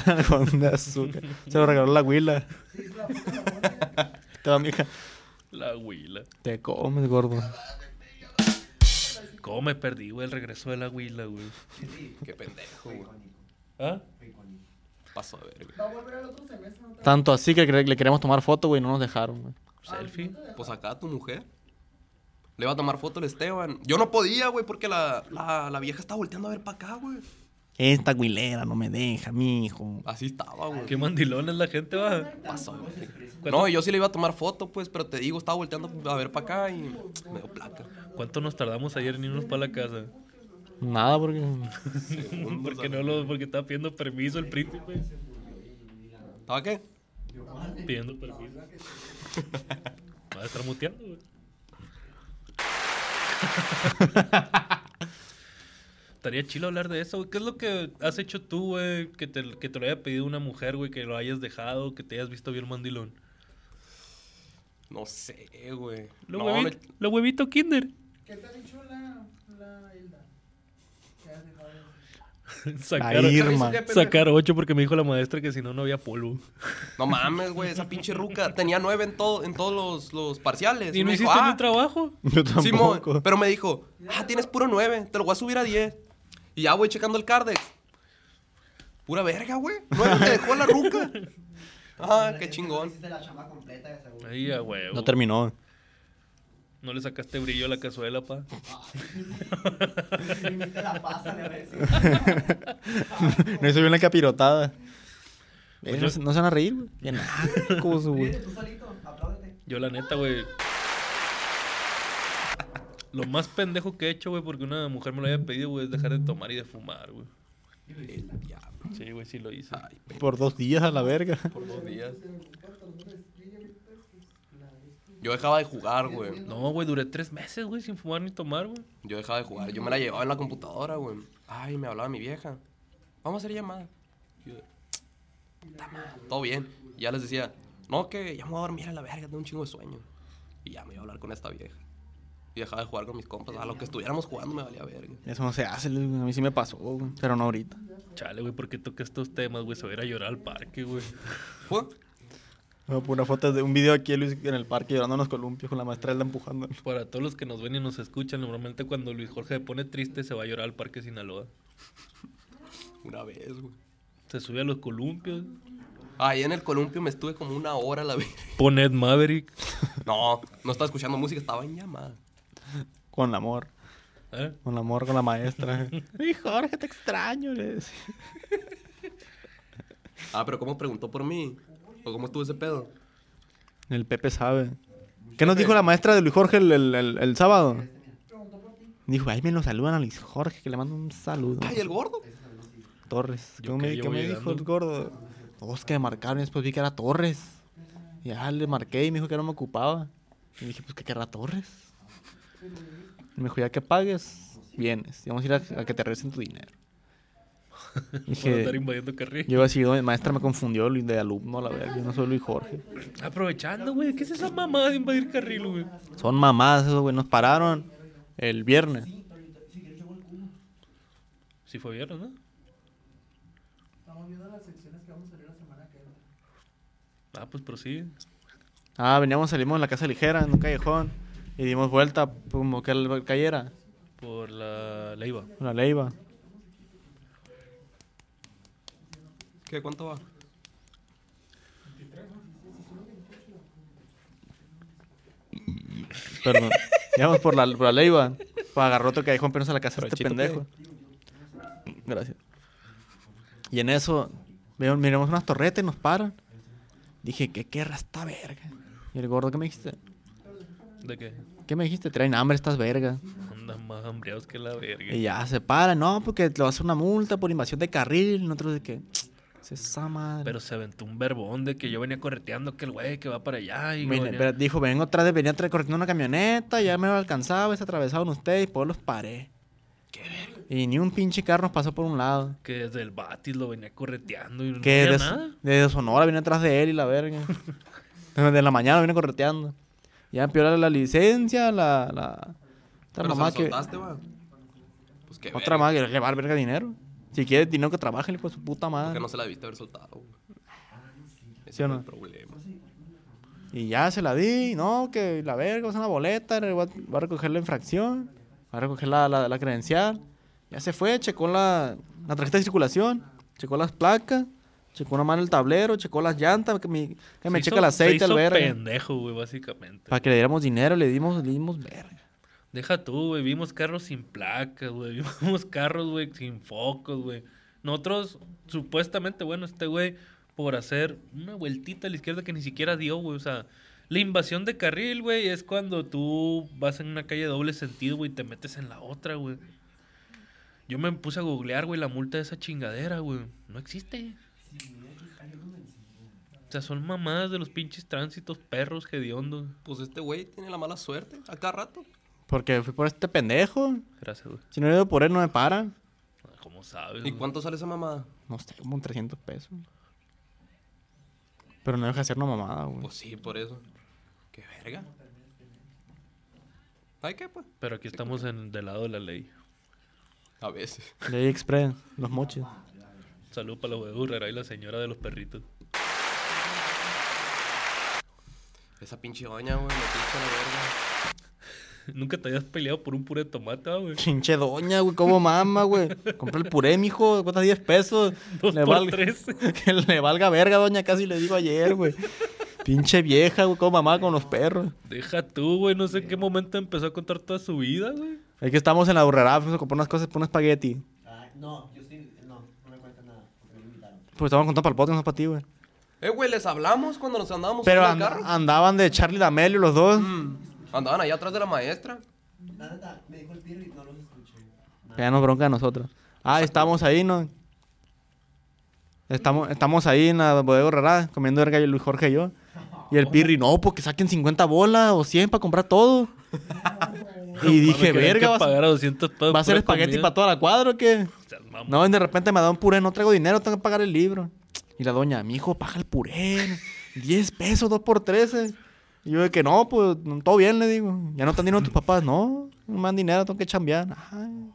Speaker 3: Algodón de azúcar. Se lo regaló la huila. Te va, mija.
Speaker 2: La huila.
Speaker 3: Te comes, gordo.
Speaker 2: ¿Cómo me perdí, güey? El regreso de la huila, güey.
Speaker 5: Qué pendejo, güey.
Speaker 2: ¿Ah?
Speaker 5: Paso de verga.
Speaker 3: Tanto así que cre- le queríamos tomar foto, güey, y no nos dejaron, güey.
Speaker 2: Selfie.
Speaker 5: Pues acá tu mujer. Le va a tomar foto al Esteban. Yo no podía, güey, porque la, la, la vieja estaba volteando a ver para acá, güey.
Speaker 3: Esta huilera no me deja, mijo.
Speaker 5: Así estaba, Ah, güey.
Speaker 2: Qué mandilón es la gente, va.
Speaker 5: Paso de verga. No, yo sí le iba a tomar foto, pues, pero te digo, estaba volteando a ver para acá y me dio placa.
Speaker 2: ¿Cuánto nos tardamos ayer en irnos para la casa?
Speaker 3: Nada, porque.
Speaker 2: Porque no lo, porque estaba pidiendo permiso el príncipe.
Speaker 5: ¿Estaba ¿Ah, qué?
Speaker 2: Pidiendo permiso. Va a estar muteando, güey. Estaría chido hablar de eso, güey. ¿Qué es lo que has hecho tú, güey? Que te, que te lo haya pedido una mujer, güey, que lo hayas dejado, que te hayas visto bien mandilón.
Speaker 5: No sé, güey.
Speaker 2: Lo,
Speaker 5: No,
Speaker 2: huevito, lo huevito Kinder. Sacar,
Speaker 3: La Irma.
Speaker 2: sacar ocho porque me dijo la maestra que si no, no había polvo.
Speaker 5: No mames, güey, esa pinche ruca. Tenía nueve en, todo, en todos los, los parciales.
Speaker 2: Y no
Speaker 5: me dijo,
Speaker 2: hiciste
Speaker 5: "Ah,
Speaker 2: ni un trabajo.
Speaker 3: Yo
Speaker 5: Simón,
Speaker 3: tampoco.
Speaker 5: pero me dijo, ah, tienes puro 9, te lo voy a subir a 10. Y ya voy checando el Cardex. Pura verga, güey. 9 te dejó la ruca. Ah, qué chingón.
Speaker 2: Ay, a huevo.
Speaker 3: No terminó.
Speaker 2: No le sacaste brillo a la cazuela, pa.
Speaker 3: no hizo bien la capirotada. Eh, no, se- no se van a reír, güey. Bien nacos, güey.
Speaker 2: Yo la neta, güey. Lo más pendejo que he hecho, güey, porque una mujer me lo había pedido, güey, es dejar de tomar y de fumar, güey. Sí, güey, sí lo hice.
Speaker 3: Por dos días a la verga.
Speaker 5: Por dos días. Yo dejaba de jugar, güey.
Speaker 2: No, güey, duré tres meses, güey, sin fumar ni tomar, güey.
Speaker 5: Yo dejaba de jugar. Yo me la llevaba en la computadora, güey. Ay, me hablaba mi vieja. Vamos a hacer llamada. Yo, "Puta madre, Todo bien. Y ya les decía, no, que ya me voy a dormir a la verga, tengo un chingo de sueño. Y ya me iba a hablar con esta vieja. Y dejaba de jugar con mis compas. A lo que estuviéramos jugando me valía verga.
Speaker 3: Eso no se hace, güey. A mí sí me pasó, güey. Pero no ahorita.
Speaker 2: Chale, güey, ¿por qué toca estos temas, güey? Se va a ir a llorar al parque, güey.
Speaker 5: Fue.
Speaker 3: No, por una foto de un video aquí de Luis en el parque llorando en los columpios con la maestra la empujando.
Speaker 2: Para todos los que nos ven y nos escuchan, normalmente cuando Luis Jorge se pone triste se va a llorar al parque Sinaloa.
Speaker 5: Una vez, güey.
Speaker 2: Se sube a los columpios.
Speaker 5: Ahí en el columpio me estuve como una hora a la verga.
Speaker 2: Poned Maverick.
Speaker 5: No, no estaba escuchando música, estaba en llamada.
Speaker 3: Con el amor.
Speaker 2: ¿Eh?
Speaker 3: Con el amor, con la maestra. Ay, Jorge, te extraño, le decía.
Speaker 5: Ah, pero ¿cómo preguntó por mí? ¿O cómo estuvo ese pedo?
Speaker 3: El Pepe sabe. ¿Qué nos dijo la maestra de Luis Jorge el, el- el- el sábado? Dijo, ahí me lo saludan a Luis Jorge, que le mando un saludo.
Speaker 5: Ay, el gordo.
Speaker 3: Torres.
Speaker 2: Yo
Speaker 3: ¿Qué
Speaker 2: qué,
Speaker 3: me,
Speaker 2: yo
Speaker 3: qué
Speaker 2: voy
Speaker 3: me dijo
Speaker 2: llegando.
Speaker 3: el gordo? Dos que me marcaron y después vi que era Torres. Y ya le marqué y me dijo que no me ocupaba. Y dije, pues que querrá Torres. Y me dijo, ya que pagues, vienes. Y vamos a ir a, a que te regresen tu dinero.
Speaker 2: Por estar
Speaker 3: Dije,
Speaker 2: invadiendo carril.
Speaker 3: yo iba a decir, "Oye, maestra me confundió Luis, de alumno, a la verdad. Yo no soy Luis Jorge.
Speaker 2: Aprovechando, güey. ¿Qué es esa mamada de invadir carril, güey?
Speaker 3: Son mamadas esos, güey. Nos pararon el viernes.
Speaker 2: Sí fue viernes, ¿no? Estamos viendo las secciones que vamos a salir la semana que viene. Ah, pues prosigue.
Speaker 3: Ah, veníamos, salimos en la casa ligera, en un callejón. Y dimos vuelta, como que la calle era.
Speaker 2: Por la Leiva.
Speaker 3: La leiva.
Speaker 5: ¿Qué? ¿Cuánto va?
Speaker 3: Perdón. Íbamos por la, por la Leiva. Pues agarró otro callejón, pero no se la casa de este
Speaker 6: Provechito,
Speaker 3: pendejo. Gracias. Y en eso, veo- miramos unas torretas y nos paran. Dije, ¿qué querra esta verga? Y el gordo, ¿qué me dijiste?
Speaker 2: ¿De qué?
Speaker 3: ¿Qué me dijiste? Traen hambre estas vergas.
Speaker 2: Andan más hambreados que la verga.
Speaker 3: Y ya se paran, no, porque te va a hacer una multa por invasión de carril. Y Nosotros de que, "Es esa madre.
Speaker 2: Pero se aventó un verbón de que yo venía correteando que el güey que va para allá. Y
Speaker 3: Vine-
Speaker 2: venía-
Speaker 3: pero dijo, vengo atrás de venía atrás corriendo una camioneta, ya me lo alcanzaba, se atravesaban ustedes, pues los paré. Y ni un pinche carro nos pasó por un lado.
Speaker 2: Que desde el Batis lo venía correteando y no
Speaker 3: Que
Speaker 2: había
Speaker 3: de,
Speaker 2: nada.
Speaker 3: de Sonora viene atrás de él y la verga. de la mañana viene correteando. Ya piola la licencia, la. la otra
Speaker 6: Pero se
Speaker 3: mamá
Speaker 6: lo
Speaker 3: que.
Speaker 6: soltaste, va. Pues qué
Speaker 3: Otra
Speaker 6: verga,
Speaker 3: más que le va a dar verga dinero. Si quiere dinero que trabaje, le pues su puta madre.
Speaker 6: Que no se la debiste haber soltado, güey. Ese
Speaker 3: ¿Sí o
Speaker 6: fue
Speaker 3: no?
Speaker 6: el problema.
Speaker 3: Y ya se la di, no, que la verga, es una boleta, va, va a recoger la infracción, va a recoger la, la- la credencial. Ya se fue, checó la, la tarjeta de circulación, checó las placas, checó una mano el tablero, checó las llantas, que, mi- que me
Speaker 2: Se
Speaker 3: checa
Speaker 2: hizo-
Speaker 3: el aceite,
Speaker 2: se
Speaker 3: al
Speaker 2: hizo
Speaker 3: verga.
Speaker 2: pendejo, güey, básicamente.
Speaker 3: Para que le diéramos dinero, le dimos, le dimos verga.
Speaker 2: Deja tú, güey. Vimos carros sin placas, güey. Vimos carros, güey, sin focos, güey. Nosotros, supuestamente, bueno, este güey, por hacer una vueltita a la izquierda que ni siquiera dio, güey. O sea, la invasión de carril, güey, es cuando tú vas en una calle de doble sentido, güey, y te metes en la otra, güey. Yo me puse a googlear, güey, la multa de esa chingadera, güey. No existe. O sea, son mamadas de los pinches tránsitos perros hediondos.
Speaker 6: Pues este güey tiene la mala suerte a cada rato.
Speaker 3: Porque fui por este pendejo.
Speaker 2: Gracias, güey.
Speaker 3: Si no he ido por él, no me paran.
Speaker 2: Ah, ¿Cómo sabes?
Speaker 6: ¿Y
Speaker 2: güey?
Speaker 6: cuánto sale esa mamada?
Speaker 3: No sé, como un 300 pesos. Pero no deja de ser una mamada, güey.
Speaker 6: Pues sí, por eso. Qué verga. ¿Ay qué, pues?
Speaker 2: Pero aquí estamos en, del lado de la ley.
Speaker 6: A veces.
Speaker 3: De ahí Express, los moches.
Speaker 2: Salud para la de Herrera y la señora de los perritos.
Speaker 6: Esa pinche doña, güey, me pinche la verga.
Speaker 2: Nunca te habías peleado por un puré de tomate, ah, güey.
Speaker 3: Pinche doña, güey, cómo mama, güey. Compré el puré, mijo, cuesta 10 pesos.
Speaker 2: Dos por
Speaker 3: valga-
Speaker 2: tres.
Speaker 3: que le valga verga, doña, casi le digo ayer, güey. Pinche vieja, güey, cómo mamá con los perros.
Speaker 2: Deja tú, güey. No sé en qué momento empezó a contar toda su vida, güey.
Speaker 3: Es que estamos en la burrera, fuimos a comprar unas cosas, por un espagueti.
Speaker 7: no, yo sí, no, no me cuenta nada, porque me invitaron.
Speaker 3: Pues estamos contando para el podcast, no para ti, güey.
Speaker 6: Eh, güey, les hablamos cuando nos andábamos
Speaker 3: Pero
Speaker 6: subiendo
Speaker 3: and-
Speaker 6: al carro. Mm.
Speaker 3: andaban de Charlie D'Amelio los dos.
Speaker 6: Andaban allá atrás de la maestra.
Speaker 7: La neta, me dijo el Pirri y no los escuché.
Speaker 3: Ya nos bronca a nosotros. Ah, estamos ahí, ¿no? Estamos, estamos ahí en la bodega horrera comiendo verga y Luis Jorge y yo. Y el Pirri, no, porque saquen 50 bolas o 100 para comprar todo. y dije, verga,
Speaker 2: va
Speaker 3: ¿va,
Speaker 2: a pagar a 200 pesos.
Speaker 3: va a ser
Speaker 2: pura
Speaker 3: espagueti
Speaker 2: comida".
Speaker 3: para toda la cuadra o qué?
Speaker 2: O sea, mamá,
Speaker 3: No, y de repente me da un puré, no traigo dinero, tengo que pagar el libro. Y la doña, mi hijo, paga el puré. 10 pesos, 2 por 13. Y yo de que no, pues todo bien, le digo. Ya no están dinero tus papás, no, no me dan dinero, tengo que chambear. Ay.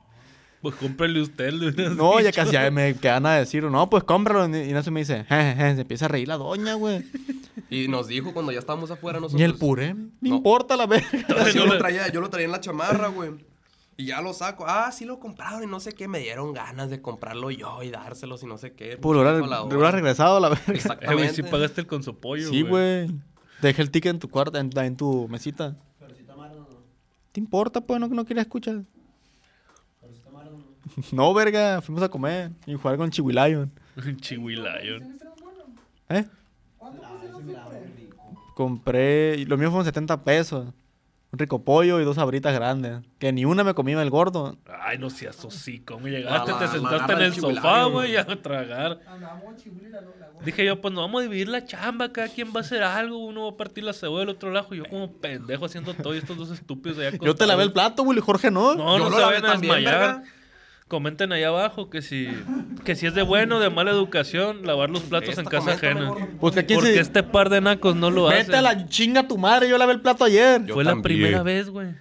Speaker 2: Pues cómprele usted, le hubieras
Speaker 3: No, ya
Speaker 2: dicho.
Speaker 3: casi ya me quedan a decir, no, pues cómpralo. Y y no se me dice, "Je, je, je", se empieza a reír la doña, güey.
Speaker 6: Y nos dijo cuando ya estábamos afuera nosotros.
Speaker 3: Ni el puré, no
Speaker 6: No.
Speaker 3: importa la verga.
Speaker 6: Entonces, yo, lo traía, yo lo traía en la chamarra, güey. Y ya lo saco. Ah, sí lo compraron y no sé qué. Me dieron ganas de comprarlo yo y dárselos y no sé qué.
Speaker 3: Pues lo hubiera-
Speaker 6: Chico, la
Speaker 3: lo
Speaker 6: hora.
Speaker 3: hubiera regresado la verga.
Speaker 2: Eh, güey, sí
Speaker 6: Exactamente.
Speaker 2: pagaste el con su pollo,
Speaker 3: Sí, güey. Dejé el ticket en tu cuarto, en, en tu mesita. ¿Te importa, pues? No, no quería escuchar. No, verga, fuimos a comer y jugar con Chihuilayon.
Speaker 2: Un chihuilayon.
Speaker 3: ¿Eh? Compré, y lo mío fueron 70 pesos. Un rico pollo y dos abritas grandes. Que ni una me comía el gordo.
Speaker 2: Ay, no seas así, ¿cómo llegaste?
Speaker 6: La-
Speaker 2: Te
Speaker 6: la- la
Speaker 2: sentaste
Speaker 6: garra
Speaker 2: en
Speaker 6: del
Speaker 2: el sofá,
Speaker 6: chihuilayo,
Speaker 2: güey,
Speaker 6: güey.
Speaker 2: a tragar. Dije yo, pues nos vamos a dividir la chamba, cada quien va a hacer algo, uno va a partir la cebolla del otro lado, y yo como pendejo haciendo todo y estos dos estúpidos allá
Speaker 3: Yo te lavé el plato, Willy Jorge, ¿no?
Speaker 2: No,
Speaker 6: Yo
Speaker 2: no
Speaker 6: lo
Speaker 2: se
Speaker 6: lavé
Speaker 2: vayan a
Speaker 6: también,
Speaker 2: desmayar.
Speaker 6: verga.
Speaker 2: Comenten ahí abajo que si, que si es de bueno o de mala educación lavar los platos
Speaker 6: Esta
Speaker 2: en casa
Speaker 6: comenta,
Speaker 2: ajena.
Speaker 6: mejor.
Speaker 3: Porque aquí
Speaker 2: Porque
Speaker 3: se-
Speaker 2: este par de nacos no lo
Speaker 3: Vete a
Speaker 2: hacen.
Speaker 3: la chinga tu madre, yo lavé el plato ayer.
Speaker 6: Yo
Speaker 2: Fue la
Speaker 6: también.
Speaker 2: primera vez, güey.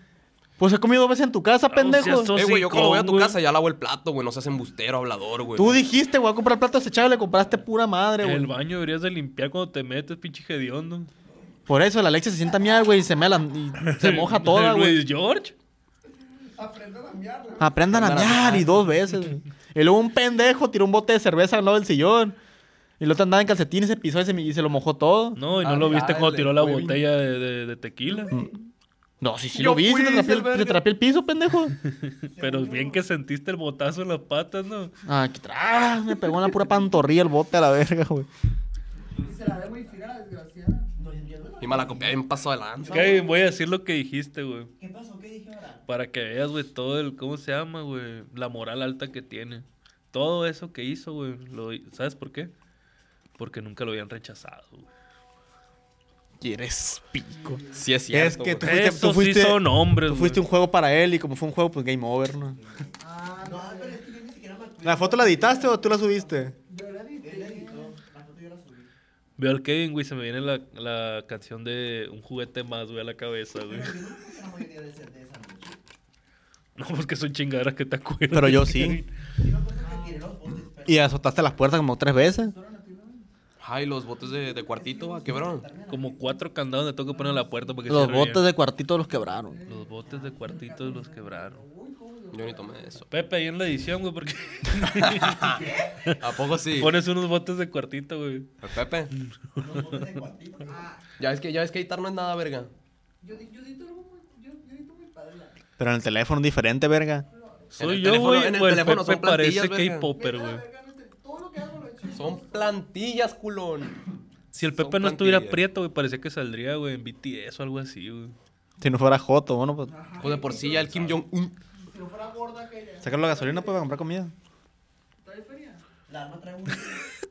Speaker 3: Pues he comido dos veces en tu casa, pendejo.
Speaker 2: seas so-
Speaker 6: Eh, güey, yo cuando voy a tu
Speaker 2: Hocicón,
Speaker 6: casa ya lavo el plato, güey. No seas embustero, hablador, güey.
Speaker 3: Tú dijiste, voy a comprar plato desechable, le compraste pura madre,
Speaker 2: El
Speaker 3: güey.
Speaker 2: baño deberías de limpiar cuando te metes, pinche hediondo.
Speaker 3: Por eso la Alexia se sienta mía, güey, y se mea la- y se moja toda, güey.
Speaker 2: Luis George.
Speaker 3: Aprendan a mear y dos veces, güey. Y luego un pendejo tiró un bote de cerveza al lado del sillón. Y el otro andaba en calcetines, se pisó y se, y se lo mojó todo.
Speaker 2: No, y no
Speaker 6: Ah,
Speaker 2: lo viste
Speaker 6: ah,
Speaker 2: cuando
Speaker 6: le
Speaker 2: tiró la
Speaker 6: fue bien.
Speaker 2: botella de, de- de tequila.
Speaker 3: No, sí, sí
Speaker 6: Yo
Speaker 3: lo vi.
Speaker 6: fui,
Speaker 3: sí, Te
Speaker 6: dice
Speaker 3: trapeé
Speaker 6: el
Speaker 3: el, te
Speaker 6: verga.
Speaker 3: trapeé el piso, pendejo.
Speaker 2: Pero bien que sentiste el botazo en las patas, ¿no?
Speaker 3: Ah, que tra- ah, me pegó en la pura pantorrilla el bote a la verga, güey.
Speaker 6: Y me la copié bien paso de lanza.
Speaker 2: Ok, voy a decir lo que dijiste, güey. ¿Qué pasó? ¿Qué dije ahora? Para que veas, güey, todo el, ¿cómo se llama, güey? La moral alta que tiene. Todo eso que hizo, güey. lo hi- ¿Sabes por qué? Porque nunca lo habían rechazado, güey.
Speaker 6: Quieres pico. Sí, es cierto.
Speaker 3: es que tú
Speaker 6: güey.
Speaker 3: fuiste,
Speaker 2: Esos
Speaker 3: tú fuiste-
Speaker 2: sí son hombres,
Speaker 3: tú
Speaker 2: Pues, güey.
Speaker 3: fuiste un juego para él y como fue un juego, pues game over, ¿no? ¿La foto la editaste o tú la subiste?
Speaker 2: Veo al Kevin, güey, se me viene la, la canción de un juguete más, güey, a la cabeza, güey. No, porque son chingaderas que te acuerdas.
Speaker 3: Pero yo sí. Y azotaste las puertas como tres veces.
Speaker 6: Ay, los botes de, de cuartito, va, quebraron.
Speaker 2: Como cuatro candados le tengo que poner a la puerta porque
Speaker 3: Los botes de cuartito los quebraron.
Speaker 2: Los botes de cuartito los quebraron.
Speaker 6: Yo ni tomé eso.
Speaker 2: Pepe, ahí en la edición, güey, porque
Speaker 6: ¿A poco sí?
Speaker 2: pones unos botes de cuartito, güey.
Speaker 6: Pepe. ya es que ya es que editar no es nada, verga.
Speaker 3: Pero en el teléfono diferente, verga.
Speaker 6: En
Speaker 2: Soy
Speaker 6: el
Speaker 2: yo,
Speaker 6: teléfono-
Speaker 2: güey.
Speaker 6: en el
Speaker 2: o el
Speaker 6: teléfono son
Speaker 2: Pepe parece
Speaker 6: plantillas, verga.
Speaker 2: K-Popper, güey.
Speaker 6: Son plantillas, culón.
Speaker 2: Si el
Speaker 6: Son
Speaker 2: Pepe no estuviera
Speaker 6: plantillas.
Speaker 2: prieto, güey, parecía que saldría, güey, en BTS o algo así, güey.
Speaker 3: Si no fuera Joto, bueno, pues.
Speaker 6: Pues de por sí ya el Kim Jong-un.
Speaker 3: Sacarlo la gasolina pues, para comprar comida.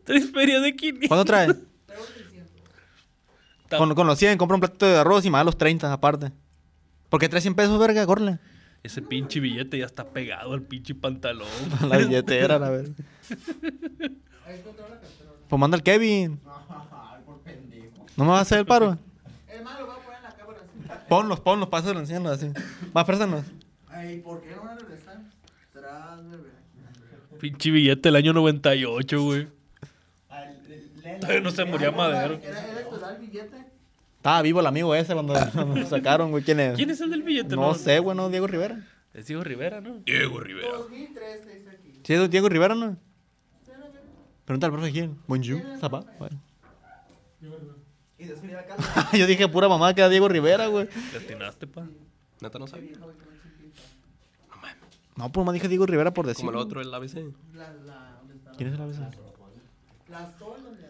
Speaker 2: Tres ferias de 500.
Speaker 3: ¿Cuándo trae?
Speaker 2: Ta-
Speaker 3: Con, con los 100, compra un platito de arroz y me da los 30 aparte. ¿Por qué traes 100 pesos, verga? Gorle.
Speaker 2: Ese pinche billete ya está pegado al pinche pantalón.
Speaker 3: A la billetera, la verga. Pues manda al Kevin. ¿No me vas a hacer el paro? Ponlos, ponlos, pásalos, enséñalos así. Más préstanos.
Speaker 2: pinche billete del año 98, güey. Todavía no se moría Madero.
Speaker 3: Estaba vivo el amigo ese cuando cuando lo sacaron, güey. ¿Quién es?
Speaker 2: ¿Quién es el del billete?
Speaker 3: No sé, güey, no, Diego Rivera.
Speaker 2: Es Diego Rivera, ¿no?
Speaker 3: Sí, es Diego Rivera, ¿no? Pregunta al profe quién. Bonjour, zapá. Bueno. Yo dije pura mamá que era Diego Rivera, güey.
Speaker 2: Te atinaste, pa.
Speaker 6: Neta no sabía.
Speaker 3: No, pues me dije Diego Rivera por decir.
Speaker 6: Como el otro, el ABC.
Speaker 3: ¿Quién es el abesario?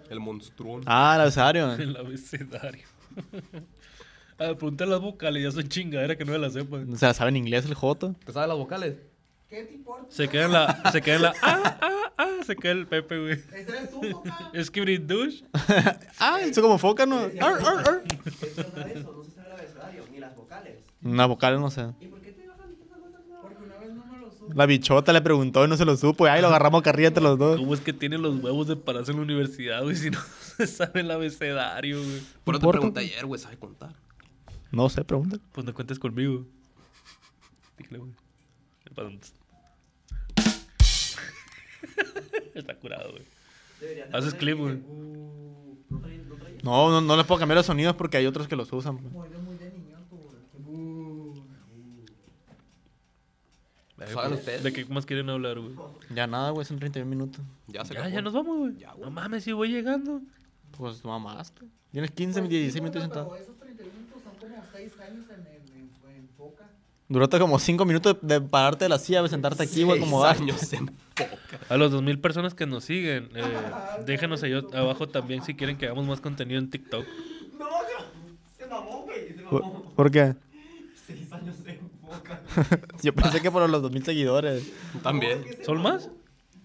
Speaker 6: El monstruón.
Speaker 3: Ah, el abesario.
Speaker 2: El abecedario. A ver, pregúntale las vocales, ya son chingadera que no me las sepan.
Speaker 3: Se la sabe en inglés el Joto.
Speaker 6: ¿Te sabes las vocales?
Speaker 2: Se queda en la. Se queda en la. Ah, ah, ah. Se queda el Pepe, güey. Es que Brindush.
Speaker 3: Ah, eso como foca, ¿no? Ar, ar, ar. Una vocal, no sé. La bichota le preguntó y no se lo supo. Y ahí lo agarramos carrilla entre los dos.
Speaker 2: ¿Cómo es que tiene los huevos de pararse en la universidad, güey? Si no se sabe el abecedario, güey.
Speaker 6: Por eso te
Speaker 3: importa?
Speaker 6: pregunté ayer, güey, ¿sabes contar?
Speaker 3: No sé, pregunta.
Speaker 2: Pues no cuentes conmigo. Dígale, güey. El patrón. Está curado, güey. Haces clip, güey.
Speaker 3: No, no, no les puedo cambiar los sonidos porque hay otros que los usan. pues.
Speaker 6: ¿Saben Pues ustedes?
Speaker 2: ¿De qué más quieren hablar, güey?
Speaker 3: Ya nada, güey, son 31 minutos.
Speaker 6: Ya se
Speaker 2: Ya,
Speaker 6: acabó.
Speaker 2: ya nos vamos, güey.
Speaker 6: Ya, güey.
Speaker 2: No mames, si voy llegando.
Speaker 3: Pues mamás. pues. Tienes 15, 16 minutos sentado. Duraste como 5 minutos de pararte de la silla, de sentarte aquí, güey, como
Speaker 6: Seis
Speaker 3: dar.
Speaker 6: años en poca.
Speaker 2: A los 2000 personas que nos siguen, eh, déjenos ahí abajo también si quieren que hagamos más contenido en TikTok.
Speaker 3: ¿Por, por qué? 6 años Yo pensé que por los 2000 seguidores.
Speaker 6: También.
Speaker 2: ¿Son más?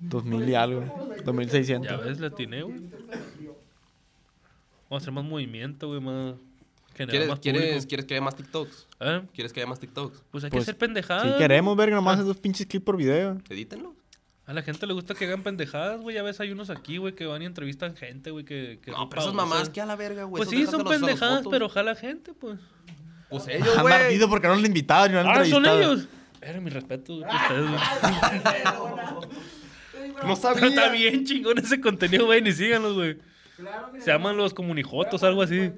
Speaker 3: 2000 y algo.
Speaker 2: Ya
Speaker 3: 2600.
Speaker 2: ves, la atiné, güey. Vamos a hacer más movimiento, güey, más. Generar
Speaker 6: ¿Quieres,
Speaker 2: más
Speaker 6: quieres,
Speaker 2: público.
Speaker 6: quieres que haya más TikToks?
Speaker 2: ¿Eh?
Speaker 6: ¿Quieres que haya más TikToks?
Speaker 2: Pues hay que
Speaker 3: Pues,
Speaker 2: hacer pendejadas.
Speaker 3: Si
Speaker 2: güey.
Speaker 3: queremos ver nomás esos pinches clips por video.
Speaker 6: Edítenlos.
Speaker 2: A la gente le gusta que hagan pendejadas, güey. Ya ves, hay unos aquí, güey, que van y entrevistan gente, güey, que, que
Speaker 6: No,
Speaker 2: ropa
Speaker 6: pero esas
Speaker 2: usan.
Speaker 6: mamás, que a la verga, güey.
Speaker 2: Pues
Speaker 6: Esos
Speaker 2: sí,
Speaker 6: déjaselos a
Speaker 2: son
Speaker 6: los
Speaker 2: pendejadas,
Speaker 6: jotos.
Speaker 2: pero jala gente, pues.
Speaker 6: Pues ellos,
Speaker 3: Han
Speaker 6: güey.
Speaker 3: ardido porque no lo invitaron ni lo han
Speaker 2: ¡Ah, son
Speaker 3: entrevistado.
Speaker 2: ellos! Era mi respeto, güey, que ustedes, güey.
Speaker 6: No
Speaker 2: Pero está
Speaker 6: sabía.
Speaker 2: bien chingón ese contenido, güey, ni síganlos, güey. Se llaman los comunijotos, algo así.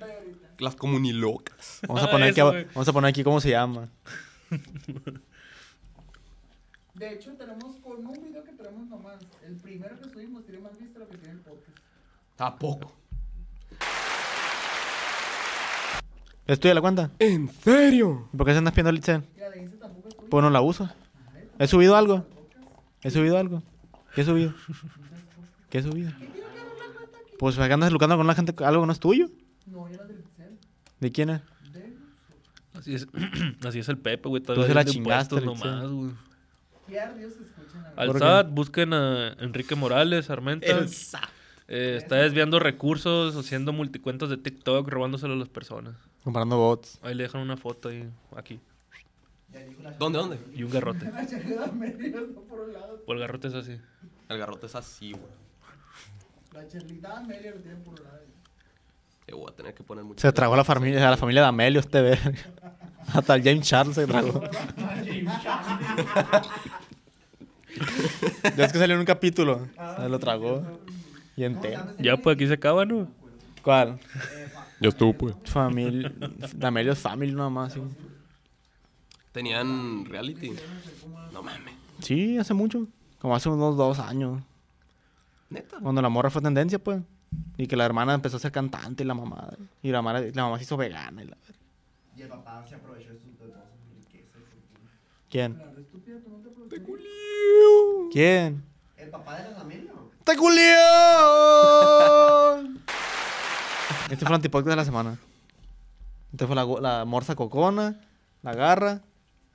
Speaker 6: Las comunilocas.
Speaker 3: Vamos a poner aquí,
Speaker 2: Eso,
Speaker 3: aba-
Speaker 2: güey.
Speaker 3: vamos a poner aquí cómo se llama.
Speaker 4: De hecho, tenemos con un video que tenemos nomás. El primero que subimos tiene más vistas lo que tiene el podcast.
Speaker 6: ¿A poco?
Speaker 3: ¿Es tuya la cuenta?
Speaker 6: ¿En serio?
Speaker 3: ¿Y por qué se andas pidiendo el Itzel? Pues no la uso. ¿He subido algo? ¿He subido algo? ¿Qué he subido? ¿Qué he subido? Pues acá andas lucrando con la gente algo que no es tuyo. ¿De quién es?
Speaker 2: Así es, así es el Pepe, güey.
Speaker 3: se
Speaker 2: Todavía
Speaker 3: la
Speaker 2: de
Speaker 3: chingaste,
Speaker 2: impuestos
Speaker 3: Alexia.
Speaker 2: nomás, güey.
Speaker 3: ¿Por
Speaker 2: Al
Speaker 3: qué?
Speaker 2: SAT, busquen a Enrique Morales, Armenta. Eh, está desviando recursos, haciendo multicuentos de TikTok, robándoselo a las personas.
Speaker 3: Comparando bots.
Speaker 2: Ahí le dejan una foto ahí, aquí.
Speaker 6: ¿Dónde, dónde?
Speaker 2: Y un garrote. O el garrote es así.
Speaker 6: El garrote es así, güey. Te Eh, voy a tener que poner mucho.
Speaker 3: Se tragó a la familia, a la familia de Amelio este verga. Hasta el James Charles se tragó. ya es que salió en un capítulo. Se lo tragó. Y entero.
Speaker 2: Ya, pues aquí se acaba, ¿no?
Speaker 3: ¿Cuál?
Speaker 6: Ya estuvo, pues.
Speaker 3: Familia. De Amelio es family nomás. Sí.
Speaker 6: Tenían reality. No mames.
Speaker 3: sí, hace mucho. Como hace unos dos años.
Speaker 6: Neta.
Speaker 3: Cuando la morra fue tendencia, pues. Y que la hermana empezó a ser cantante y la mamá. Y la, mamá- la mamá se hizo vegana. Y la...
Speaker 7: Y el papá se aprovechó de sus de todas sus riquezas.
Speaker 3: ¿Quién? ¿Quién?
Speaker 7: El papá de la familia.
Speaker 3: ¡Te culió! este fue el antipodcast de la semana. Este fue la, go- la morsa cocona, la garra,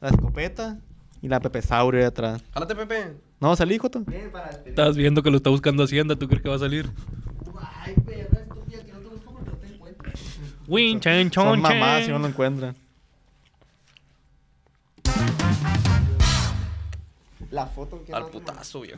Speaker 3: la escopeta y la pepesaurio de atrás.
Speaker 6: Jálate, Pepe.
Speaker 3: No, salí, Joto.
Speaker 7: Ven para despedir.
Speaker 2: Estás viendo que lo está buscando Hacienda, ¿tú crees que va a salir?
Speaker 7: Ay, perra estúpida, que no te busco porque no te encuentro.
Speaker 2: Win, chen,
Speaker 3: Son
Speaker 2: chon,
Speaker 3: mamás si
Speaker 2: chen.
Speaker 3: no lo encuentran.
Speaker 7: La foto que
Speaker 6: Al putazo, viejo.